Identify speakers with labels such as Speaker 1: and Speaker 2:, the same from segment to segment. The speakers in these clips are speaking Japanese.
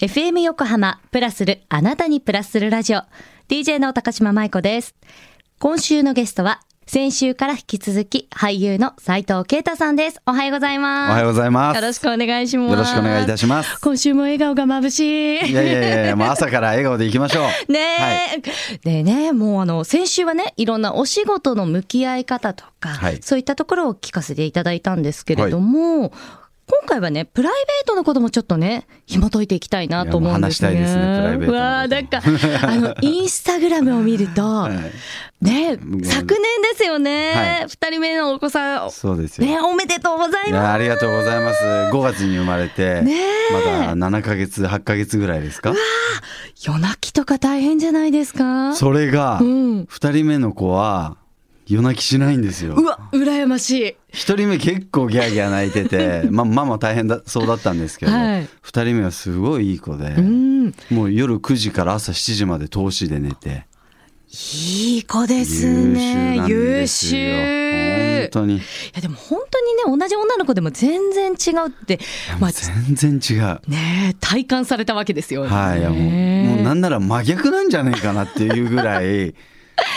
Speaker 1: FM 横浜プラスるあなたにプラスするラジオ DJ の高島舞子です今週のゲストは先週から引き続き俳優の斉藤慶太さんですおはようございます
Speaker 2: おはようございます
Speaker 1: よろしくお願いします
Speaker 2: よろしくお願いいたします
Speaker 1: 今週も笑顔が眩しい
Speaker 2: いやいやいや、もう朝から笑顔で行きましょう。
Speaker 1: ねえ、でね、もうあの、先週はね、いろんなお仕事の向き合い方とか、
Speaker 2: はい
Speaker 1: そういったところを聞かせていただいたんですけれども、今回はね、プライベートのこともちょっとね、紐解いていきたいなと思うんですね。
Speaker 2: いやもう話したいですねプライベートのことも
Speaker 1: わあ、なんか、あ の、インスタグラムを見ると、ね、昨年ですよ
Speaker 2: は
Speaker 1: ね、
Speaker 2: い
Speaker 1: 二人目のお子さん、
Speaker 2: そうですよ。
Speaker 1: ね、おめでとうござい
Speaker 2: い
Speaker 1: ます。
Speaker 2: やありがとうございます。5月に生まれて、
Speaker 1: ねえ
Speaker 2: まだ7ヶ月、8ヶ月ぐらいですか。
Speaker 1: 夜泣きとか大変じゃないですか
Speaker 2: それが、
Speaker 1: ん
Speaker 2: 2人目の子は、夜泣きしないんですよ
Speaker 1: う。わ、羨ましい。
Speaker 2: 1人目結構ギャーギャー泣い てて、まあ、ママ大変だそうだったんですけど、
Speaker 1: はい
Speaker 2: 2人目はすごいいい子で、
Speaker 1: うん。
Speaker 2: もう夜9時から朝7時まで通しで寝て、
Speaker 1: いい子ですね。優
Speaker 2: 優
Speaker 1: 秀
Speaker 2: 秀なんですよ。本当に。
Speaker 1: いやでも本当にね同じ女の子でも全然違うって、まあ、
Speaker 2: 全然違う。
Speaker 1: ねえ体感されたわけですよね。
Speaker 2: はい、いやもう、もうなんなら真逆なんじゃねえかなっていうぐら い、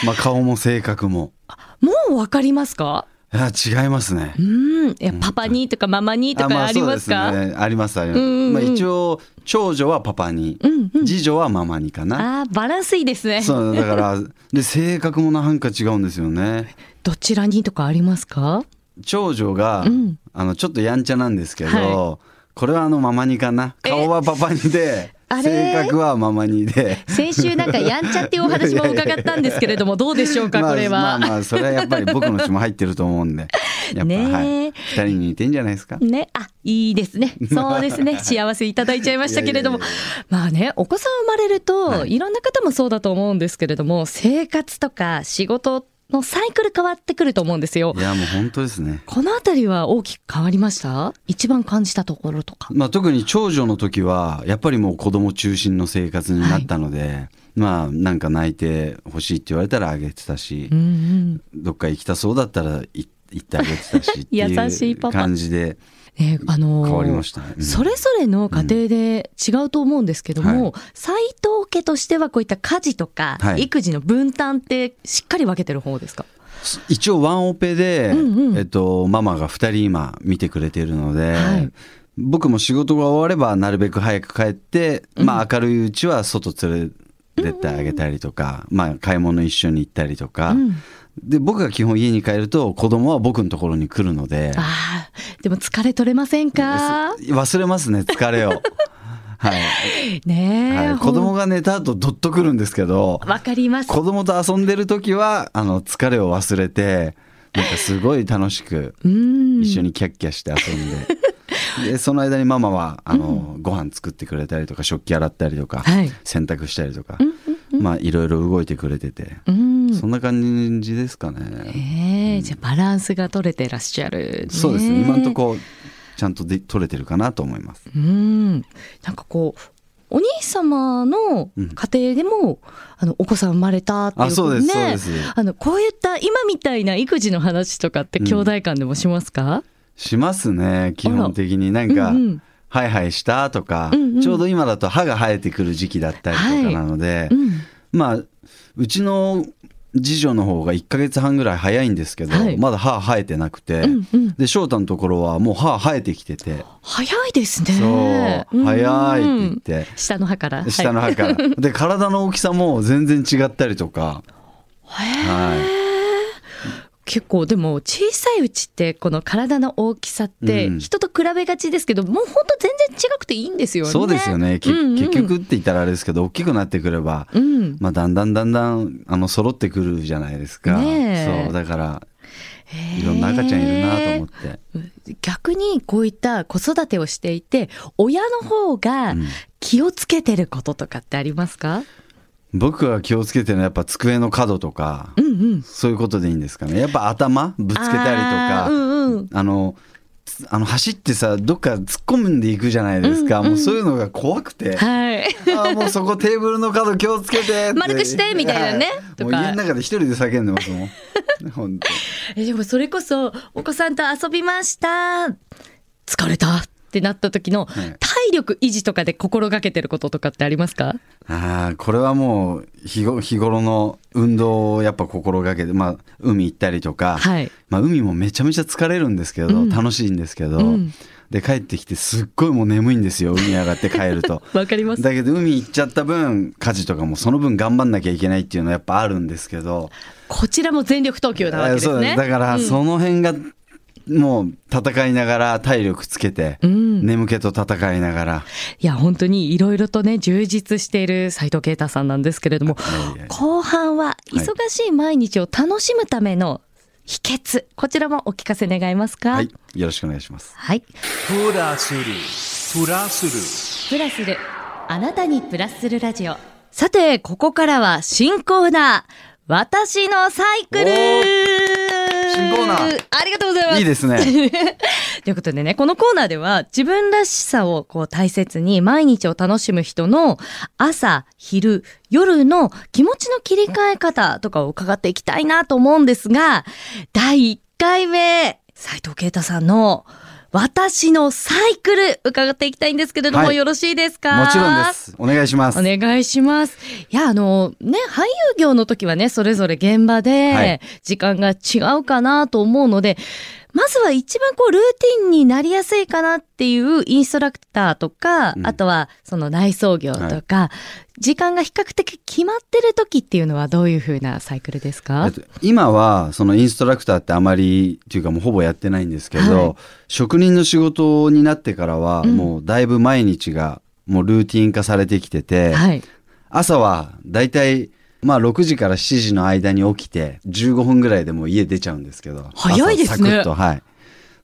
Speaker 2: まあ顔も性格も。
Speaker 1: もうわかりますか？
Speaker 2: いや、違いますね
Speaker 1: う。ん、いやパパにとかママにとかありますか？
Speaker 2: あそうですね。あります、あります。
Speaker 1: うんうん
Speaker 2: まあ一応、長女はパパに、
Speaker 1: うんうん
Speaker 2: 次女はママにかな。
Speaker 1: あーバランスいいですね。
Speaker 2: そう、だから、で、性格もなんか違うんですよね。
Speaker 1: どちらにとかありますか？
Speaker 2: 長女が、
Speaker 1: うん
Speaker 2: あの、ちょっとやんちゃなんですけど、
Speaker 1: は
Speaker 2: これはあのママにかな
Speaker 1: え
Speaker 2: 顔はパパにで
Speaker 1: あれ
Speaker 2: 性格はママにで
Speaker 1: 先週なんかやんちゃっていうお話も伺ったんですけれ どもどうでしょうか
Speaker 2: まあ
Speaker 1: これ
Speaker 2: ま
Speaker 1: は
Speaker 2: あ。まあそれはやっぱり僕の血も入ってると思うん でやっぱ、
Speaker 1: ねえ
Speaker 2: はい、二人に似てんじゃないですか
Speaker 1: ね、あいいです ね、そうですね、幸せいただいちゃいましたけれども、
Speaker 2: いやいや
Speaker 1: まあね、お子さん生まれると、い、ろんな方もそうだと思うんですけれども、生活とか仕事のサイクル変わってくると思うんですよ
Speaker 2: い。やもう本当ですね、
Speaker 1: このあたりは大きく変わりました一番感じたところとか。
Speaker 2: まあ、特に長女の時はやっぱりもう子供中心の生活になったので、まあなんか泣いてほしいって言われたらあげてたし、
Speaker 1: うんうん
Speaker 2: どっか行きたそうだったらい行ってあげてたしってい
Speaker 1: 優しいうパパ
Speaker 2: 感じで
Speaker 1: ね、あのー
Speaker 2: 変わりましたね、うん
Speaker 1: それぞれの家庭で違うと思うんですけども、
Speaker 2: はい
Speaker 1: 斉藤家としてはこういった家事とか、
Speaker 2: はい
Speaker 1: 育児の分担ってしっかり分けてる方ですか
Speaker 2: 一応ワンオペで、
Speaker 1: うんうん
Speaker 2: えっと、ママが2人今見てくれてるので、
Speaker 1: はい
Speaker 2: 僕も仕事が終わればなるべく早く帰って、まあ、明るいうちは外連れてってあげたりとか、まあ、買い物一緒に行ったりとか、
Speaker 1: ん
Speaker 2: で僕が基本家に帰ると子供は僕のところに来るので
Speaker 1: ああ、でも疲れ取れませんか
Speaker 2: 忘れますね疲 れを。はい
Speaker 1: ねえ、
Speaker 2: はい、
Speaker 1: ほ
Speaker 2: 子
Speaker 1: ん
Speaker 2: 供が寝た後どっとくるんですけど
Speaker 1: わかります。
Speaker 2: 子供と遊んでる時はあの疲れを忘れてなんかすごい楽しく
Speaker 1: うん。
Speaker 2: 一緒にキャッキャして遊んで。 でその間にママはあの、ご飯作ってくれたりとか食器洗ったりとか、
Speaker 1: はい
Speaker 2: 洗濯したりとか、まあいろいろ動いてくれてて、
Speaker 1: うん。
Speaker 2: そんな感じですかね。
Speaker 1: ねえ、じゃあバランスが取れてらっしゃる、ね。
Speaker 2: そうですね今んと。こちゃんとで取れてるかなと思います。
Speaker 1: うん。なんかこう、お兄様の家庭でも、あの、お子さん生まれたっていう、
Speaker 2: あそうですそうです
Speaker 1: あの、こういった今みたいな育児の話とかって兄弟間でもしますか、
Speaker 2: しますね基本的になんか、
Speaker 1: うんうん
Speaker 2: ハイハイしたとか、
Speaker 1: うんうん
Speaker 2: ちょうど今だと歯が生えてくる時期だったりとかなので、
Speaker 1: うん。
Speaker 2: まあうちの次女の方が1ヶ月半ぐらい早いんですけど、
Speaker 1: はい
Speaker 2: まだ歯生えてなくて、
Speaker 1: うんうん
Speaker 2: で翔太のところはもう歯生えてきてて、
Speaker 1: 早いですね。
Speaker 2: そう早いって言って、
Speaker 1: うん下の歯から。はい
Speaker 2: 下の 歯から、で体の大きさも全然違ったりとか、は
Speaker 1: 結構でも小さいうちってこの体の大きさって
Speaker 2: うん
Speaker 1: 人と比べがちですけど、もう本当全然違くていいんですよね。
Speaker 2: そうですよね、き
Speaker 1: うんうん
Speaker 2: 結局って言ったらあれですけど大きくなってくれば、
Speaker 1: うん、
Speaker 2: まあ、だんだんだんだんあの揃ってくるじゃないですか、
Speaker 1: ねえ
Speaker 2: そうだからいろんな赤ちゃんいるなと思って。
Speaker 1: て逆にこういった子育てをしていて親の方が気をつけてることとかってありますか、
Speaker 2: 僕は気をつけてるのはやっぱ机の角とか、
Speaker 1: うん、うん
Speaker 2: そういうことでいいんですかねやっぱ頭ぶつけたりとか
Speaker 1: あ
Speaker 2: あ,、
Speaker 1: ーうんうん
Speaker 2: のつあの走ってさどっか突っ込んでいくじゃないですか、
Speaker 1: うんうん
Speaker 2: もうそういうのが怖くて。
Speaker 1: はい。
Speaker 2: あーもうそこテーブルの角気をつけてって
Speaker 1: 丸くしてみたいなね
Speaker 2: は
Speaker 1: と
Speaker 2: も
Speaker 1: か
Speaker 2: う家の中で一人で叫んでますもん本当
Speaker 1: えでもそれこそお子さんと遊びました疲れたってなった時の
Speaker 2: はい
Speaker 1: 対体力維持とかで心がけてることとかってありますか
Speaker 2: ああこれはもう日ご日頃の運動をやっぱ心がけて、まあ、海行ったりとか、
Speaker 1: はい
Speaker 2: まあ、海もめちゃめちゃ疲れるんですけど、
Speaker 1: うん
Speaker 2: 楽しいんですけど、
Speaker 1: うん。
Speaker 2: で帰ってきてすっごいもう眠いんですよ海上がって帰ると
Speaker 1: わかります
Speaker 2: だけど海行っちゃった分家事とかもその分頑張んなきゃいけないっていうのはやっぱあるんですけど
Speaker 1: こちらも全力投球なわけです
Speaker 2: そうで
Speaker 1: ね
Speaker 2: すだからその辺がもう戦いながら体力つけて、
Speaker 1: うん
Speaker 2: 眠気と戦いながら
Speaker 1: いや本当にいろいろとね充実している斉藤慶太さんなんですけれども
Speaker 2: いやいや
Speaker 1: 後半は忙しい毎日を楽しむための秘訣こちらもお聞かせ願いますか
Speaker 2: はいよろしくお願いします。
Speaker 1: はい
Speaker 3: プラスるプラスる
Speaker 1: プラスるあなたにプラスするラジオさてここからは新コーナー私のサイクル
Speaker 2: おー新コーナー
Speaker 1: ありがとうございます
Speaker 2: いいですね。
Speaker 1: ということでね、このコーナーでは自分らしさをこう大切に毎日を楽しむ人の朝、昼、夜の気持ちの切り替え方とかを伺っていきたいなと思うんですが、第1回目、斉藤慶太さんの私のサイクル伺っていきたいんですけれども、
Speaker 2: はい
Speaker 1: よろしいですか
Speaker 2: もちろんで。す。お願いします。
Speaker 1: お願いします。いや、あの、ね、俳優業の時はね、それぞれ現場
Speaker 2: は
Speaker 1: で
Speaker 2: い、
Speaker 1: 時間が違うかなと思うので、まずは一番こう、ルーティンになりやすいかなっていうインストラクターとか、
Speaker 2: うん
Speaker 1: あとは、その内装業とか、時間が比較的決まってる時っていうのはどういうふうなサイクルです
Speaker 2: え
Speaker 1: か
Speaker 2: っと今はそのインストラクターってあまりっていうかもうほぼやってないんですけど、
Speaker 1: はい
Speaker 2: 職人の仕事になってからは
Speaker 1: うん
Speaker 2: もうだいぶ毎日がもうルーティン化されてきてて、
Speaker 1: はい。
Speaker 2: 朝はだいたいまあ6時から7時の間に起きて15分ぐらいでもう家出ちゃうんですけど
Speaker 1: 早いですね
Speaker 2: 朝サクッとはい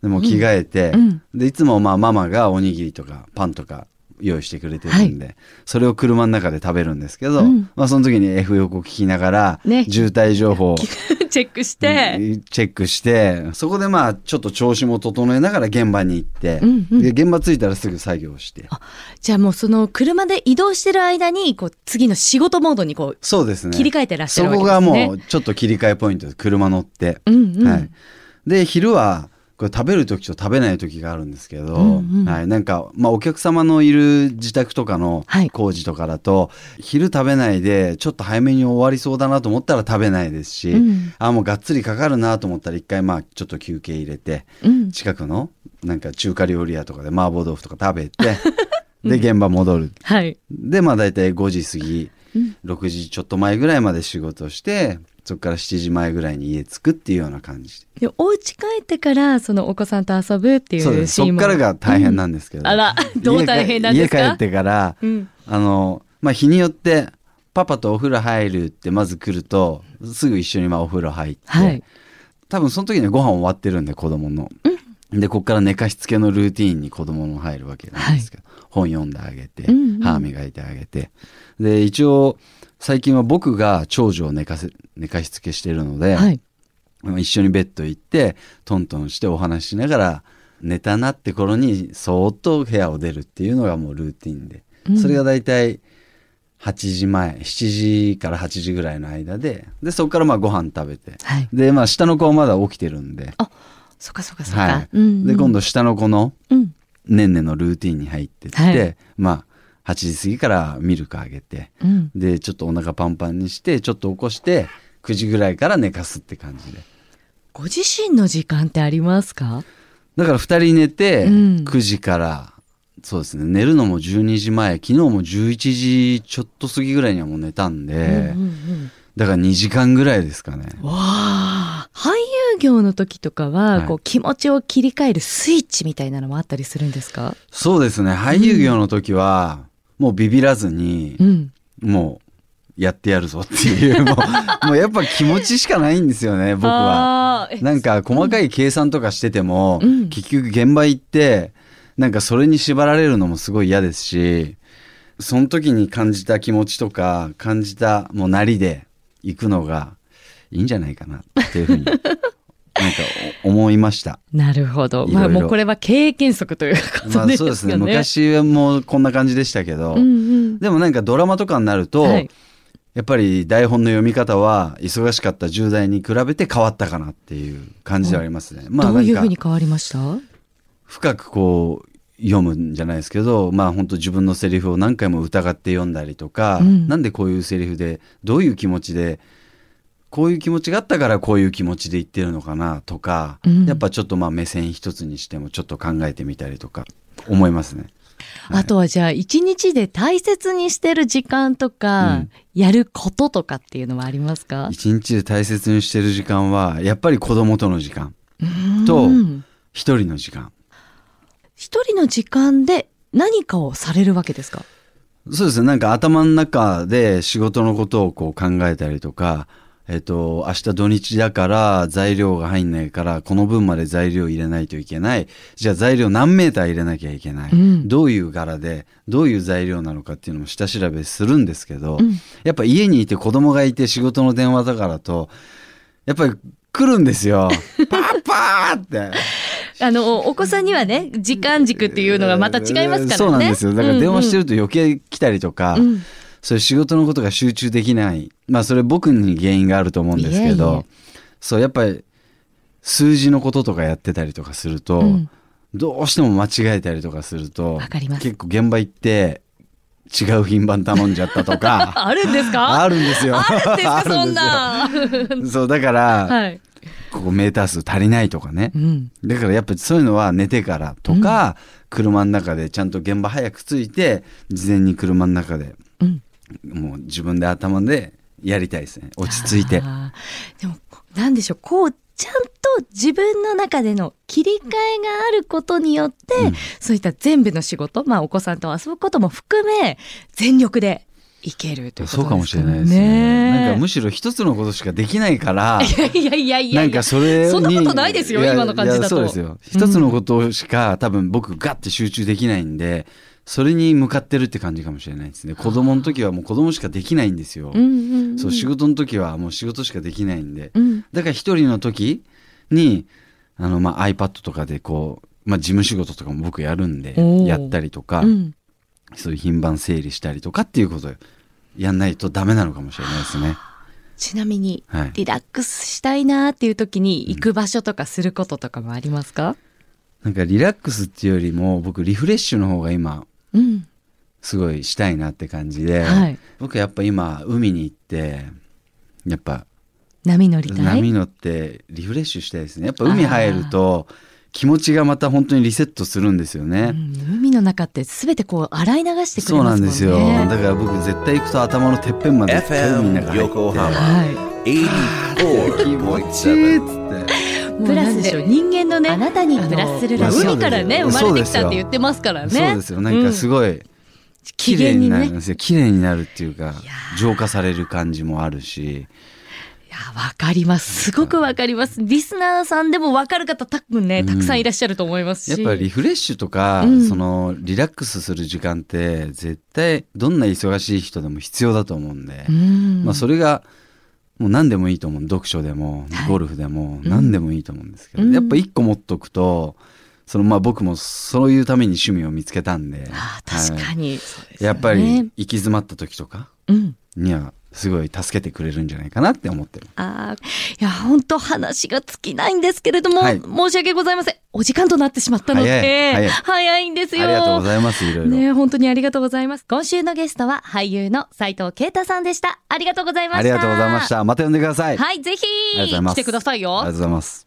Speaker 2: でもう着替えて、
Speaker 1: うん
Speaker 2: でいつもまあママがおにぎりとかパンとか用意してくれてるんで、それを車の中で食べるんですけど、
Speaker 1: うん
Speaker 2: まあその時に F 横聞きながら、
Speaker 1: ね
Speaker 2: 渋滞情報を
Speaker 1: チェックして、
Speaker 2: うんチェックしてそこでまあちょっと調子も整えながら現場に行って、
Speaker 1: うんうん
Speaker 2: で現場着いたらすぐ作業して
Speaker 1: じゃあもうその車で移動してる間に、こう、次の仕事モードにこう、
Speaker 2: そうですね
Speaker 1: 切り替えてらっしゃ
Speaker 2: そ
Speaker 1: るわけ
Speaker 2: こ
Speaker 1: ですね。
Speaker 2: がもうちょっと切り替えポイントです車乗って、
Speaker 1: うんうん
Speaker 2: はい、で昼はこれ食べる時と食べない時があるんですけど、
Speaker 1: うんうん
Speaker 2: はい、なんか、まあ、お客様のいる自宅とかの
Speaker 1: はい
Speaker 2: 工事とかだと、昼食べないでちょっと早めに終わりそうだなと思ったら食べないですし、
Speaker 1: うん
Speaker 2: あもうがっつりかかるなと思ったら一回まあちょっと休憩入れて、
Speaker 1: うん。
Speaker 2: 近くのなんか中華料理屋とかで麻婆豆腐とか 食べてで現場戻る
Speaker 1: はい。
Speaker 2: でまあ大体5時過ぎ
Speaker 1: うん
Speaker 2: 6時ちょっと前ぐらいまで仕事してそこから7時前ぐらいに家着くっていうような感じ
Speaker 1: でお家帰ってからそのお子さんと遊ぶってい
Speaker 2: そうで
Speaker 1: う
Speaker 2: す
Speaker 1: シ
Speaker 2: そ
Speaker 1: ー
Speaker 2: っ
Speaker 1: ンも
Speaker 2: からが大変なんですけど、
Speaker 1: あらどう大変なんですか
Speaker 2: 家帰ってから、
Speaker 1: うん
Speaker 2: あのまあ日によってパパとお風呂入るってまず来るとすぐ一緒にまあお風呂入って、
Speaker 1: はい
Speaker 2: 多分その時にはご飯終わってるんで子供の、でこっから寝かしつけのルーティーンに子供も入るわけなんですけど、本読んであげて、
Speaker 1: うんうん
Speaker 2: 歯磨いてあげてで一応最近は僕が長女を寝かせ寝かしつけしてるので、
Speaker 1: はい
Speaker 2: 一緒にベッド行ってトントンしてお話ししながら寝たなって頃にそーっと部屋を出るっていうのがもうルーティンで、
Speaker 1: うん
Speaker 2: それが大体8時前7時から8時ぐらいの間ででそこからまあご飯食べて
Speaker 1: はい
Speaker 2: でまあ下の子はまだ起きてるんで
Speaker 1: そっかそっかそっか、
Speaker 2: はい、
Speaker 1: うん
Speaker 2: で今度下の子の
Speaker 1: うん
Speaker 2: ねんねのルーティンに入ってって、
Speaker 1: はい
Speaker 2: まあ8時過ぎからミルクあげて
Speaker 1: うん
Speaker 2: でちょっとお腹パンパンにしてちょっと起こして9時ぐらいから寝かすって感じで
Speaker 1: ご自身の時間ってありますか
Speaker 2: だから2人寝て
Speaker 1: うん
Speaker 2: 9時から、そうですね寝るのも12時前昨日も11時ちょっと過ぎぐらいにはもう寝たんで、
Speaker 1: うんうんうん
Speaker 2: だから2時間ぐらいですかね
Speaker 1: わあ俳優業の時とかは、
Speaker 2: はい
Speaker 1: こう気持ちを切り替えるスイッチみたいなのもあったりするんですか
Speaker 2: そうですね俳優業の時は、もうビビらずに
Speaker 1: うん
Speaker 2: もうやってやるぞっていう もうもうやっぱ気持ちしかないんですよね僕は。
Speaker 1: は
Speaker 2: なんか細かい計算とかしてても、
Speaker 1: うん
Speaker 2: 結局現場行ってなんかそれに縛られるのもすごい嫌ですしその時に感じた気持ちとか感じたもうなりで行くのがいいんじゃないかなっていうふ うになんかお思いました。
Speaker 1: なるほど
Speaker 2: いろいろ
Speaker 1: まあもうこれは経験則ということです
Speaker 2: ま
Speaker 1: よ
Speaker 2: あ
Speaker 1: ね、
Speaker 2: そうですね昔はもうこんな感じでしたけど、
Speaker 1: うんうん
Speaker 2: でもなんかドラマとかになると、
Speaker 1: はい
Speaker 2: やっぱり台本の読み方は忙しかった10代に比べて変わったかなっていう感じではありますね。まあ
Speaker 1: どういう
Speaker 2: な
Speaker 1: ふうんに
Speaker 2: か
Speaker 1: 変わりました
Speaker 2: 深くこう読むんじゃないですけどまあ本当自分のセリフを何回も疑って読んだりとか、
Speaker 1: うん
Speaker 2: なんでこういうセリフでどういう気持ちでこういう気持ちがあったからこういう気持ちで言ってるのかなとか、
Speaker 1: うん
Speaker 2: やっぱちょっとまあ目線一つにしてもちょっと考えてみたりとか思いますね。
Speaker 1: あとはじゃあ一日で大切にしてる時間とか、
Speaker 2: うん
Speaker 1: やることとかっていうのはありますか
Speaker 2: 一日で大切にしてる時間はやっぱり子供との時間と
Speaker 1: うん
Speaker 2: 一人の時間
Speaker 1: 一人の時間で何かをされるわけですか
Speaker 2: そうですねなんか頭の中で仕事のことをこう考えたりとかえっと明日土日だから材料が入んないからこの分まで材料入れないといけないじゃあ材料何メーター入れなきゃいけない、
Speaker 1: うん
Speaker 2: どういう柄でどういう材料なのかっていうのも下調べするんですけど、
Speaker 1: うん
Speaker 2: やっぱ家にいて子供がいて仕事の電話だからとやっぱり来るんです よパパーって。
Speaker 1: あの、お子さんにはね、時間軸っていうのがまた違いますからね。
Speaker 2: そうなんですよ。だから電話して
Speaker 1: る
Speaker 2: ると余計来たりとか、
Speaker 1: うん
Speaker 2: そういう仕事のことが集中できない。まあそれ僕に原因があると思うんですけど、
Speaker 1: いえいえ
Speaker 2: そうやっぱり数字のこととかやってたりとかすると、
Speaker 1: うん
Speaker 2: どうしても間違えたりとかすると
Speaker 1: わかります
Speaker 2: 結構現場行って違う品番頼んじゃったとか
Speaker 1: あるんですか
Speaker 2: あるんですよ。
Speaker 1: あるんですかそん な。
Speaker 2: あるんですよ。そうだから、
Speaker 1: はい。
Speaker 2: ここメーター数足りないとかね。
Speaker 1: うん。
Speaker 2: だからやっぱりそういうのは寝てからとか、車の中でちゃんと現場早く着いて事前に車の中で
Speaker 1: うん。
Speaker 2: もう自分で頭でやりたいですね落ち着いて
Speaker 1: あー。でも、なんでしょう、こう、ちゃんと自分の中での切り替えがあることによって、そういった全部の仕事、まあお子さんと遊ぶことも含め、全力でいけるということですね。
Speaker 2: そうかもしれないですねなんかむ
Speaker 1: し
Speaker 2: しろ一つのことしかできないから
Speaker 1: いやいやいやいや
Speaker 2: なんかそれに
Speaker 1: そんなことないですよ
Speaker 2: や
Speaker 1: 今の感じだと
Speaker 2: いやそうですよ一つのことしか多分僕ガッて集中できないんでそれに向かってるって感じかもしれないですね子供の時はもう子供しかできないんですよ、
Speaker 1: うんうんうん、
Speaker 2: そう仕事の時はもう仕事しかできないんで、
Speaker 1: うん。
Speaker 2: だから一人の時にあの、まあ、iPad とかでこう、まあ、事務仕事とかも僕やるんで
Speaker 1: おー
Speaker 2: やったりとか、
Speaker 1: うん
Speaker 2: そういう品番整理したりとかっていうことをやんないとダメなのかもしれないですね。
Speaker 1: ちなみに、
Speaker 2: はい
Speaker 1: リラックスしたいなーっていう時に行く場所とかすることとかもありますか
Speaker 2: なんかリラックスっていうよりも僕リフレッシュの方が今
Speaker 1: うん。
Speaker 2: すごいしたいなって感じで、
Speaker 1: はい
Speaker 2: 僕やっぱ今海に行ってやっぱ
Speaker 1: 波乗りた
Speaker 2: 波
Speaker 1: い
Speaker 2: 乗ってリフレッシュしたいですねやっぱ海入ると気持ちがまた本当にリセットするんですよ
Speaker 1: う
Speaker 2: ね。
Speaker 1: ん海の中って全てこう洗い流してくれますもんね。
Speaker 2: そうなんですよだから僕絶対行くと頭のてっぺんまで絶対海の
Speaker 3: FM
Speaker 2: 中入って
Speaker 1: は
Speaker 2: 気持ちいいっ
Speaker 3: 84.7
Speaker 2: つって
Speaker 1: い。プラスでしょう人間のね、あなたにプラスする
Speaker 2: ラジオ
Speaker 1: 海からね、
Speaker 2: そう
Speaker 1: 生まれ
Speaker 2: ですよ
Speaker 1: てきたって言ってますからね。
Speaker 2: そうですよなんかす
Speaker 1: ごい。
Speaker 2: ごい
Speaker 1: 機
Speaker 2: 綺
Speaker 1: 嫌
Speaker 2: 麗
Speaker 1: に
Speaker 2: にな
Speaker 1: ね。
Speaker 2: る
Speaker 1: い
Speaker 2: ん
Speaker 1: や
Speaker 2: ですよ綺麗になるっていうか
Speaker 1: いや
Speaker 2: 浄化される感じもあるし
Speaker 1: わかります。すごくわかります。リスナーさんでもわかる方、たぶんね、たくさんいらっしゃると思います
Speaker 2: やっ
Speaker 1: し。
Speaker 2: ぱりリフレッシュとか、
Speaker 1: うん
Speaker 2: そのリラックスする時間って絶対どんな忙しい人でも必要だと思うんで、
Speaker 1: うん
Speaker 2: まあそれがもう何でもいいと思う読書でもゴルフでも何でもいいと思うんですけど、
Speaker 1: うん
Speaker 2: やっぱ一個持っとくとそのまあ僕もそういうために趣味を見つけたんで
Speaker 1: あー確
Speaker 2: は
Speaker 1: か
Speaker 2: い
Speaker 1: に、そうですよね
Speaker 2: やっぱり行き詰まった時とか
Speaker 1: うん。
Speaker 2: にはすごい助けてくれるんじゃないかなって思ってる
Speaker 1: あーいや、本当話が尽きないんですけれども、
Speaker 2: はい
Speaker 1: 申し訳ございません。お時間となってしまったので、
Speaker 2: 早い早い
Speaker 1: んです
Speaker 2: あ
Speaker 1: よ。
Speaker 2: りがとうございますいろいろ、
Speaker 1: ねえ本当にありがとうございます。今週のゲストは俳優の斉藤慶太さんでした。ありがとうございました。
Speaker 2: ありがとうございまし。たまた呼んでください、
Speaker 1: はい、ぜひ
Speaker 2: ありがとうございま
Speaker 1: 来
Speaker 2: す
Speaker 1: てくださいよ。
Speaker 2: ありがとうございます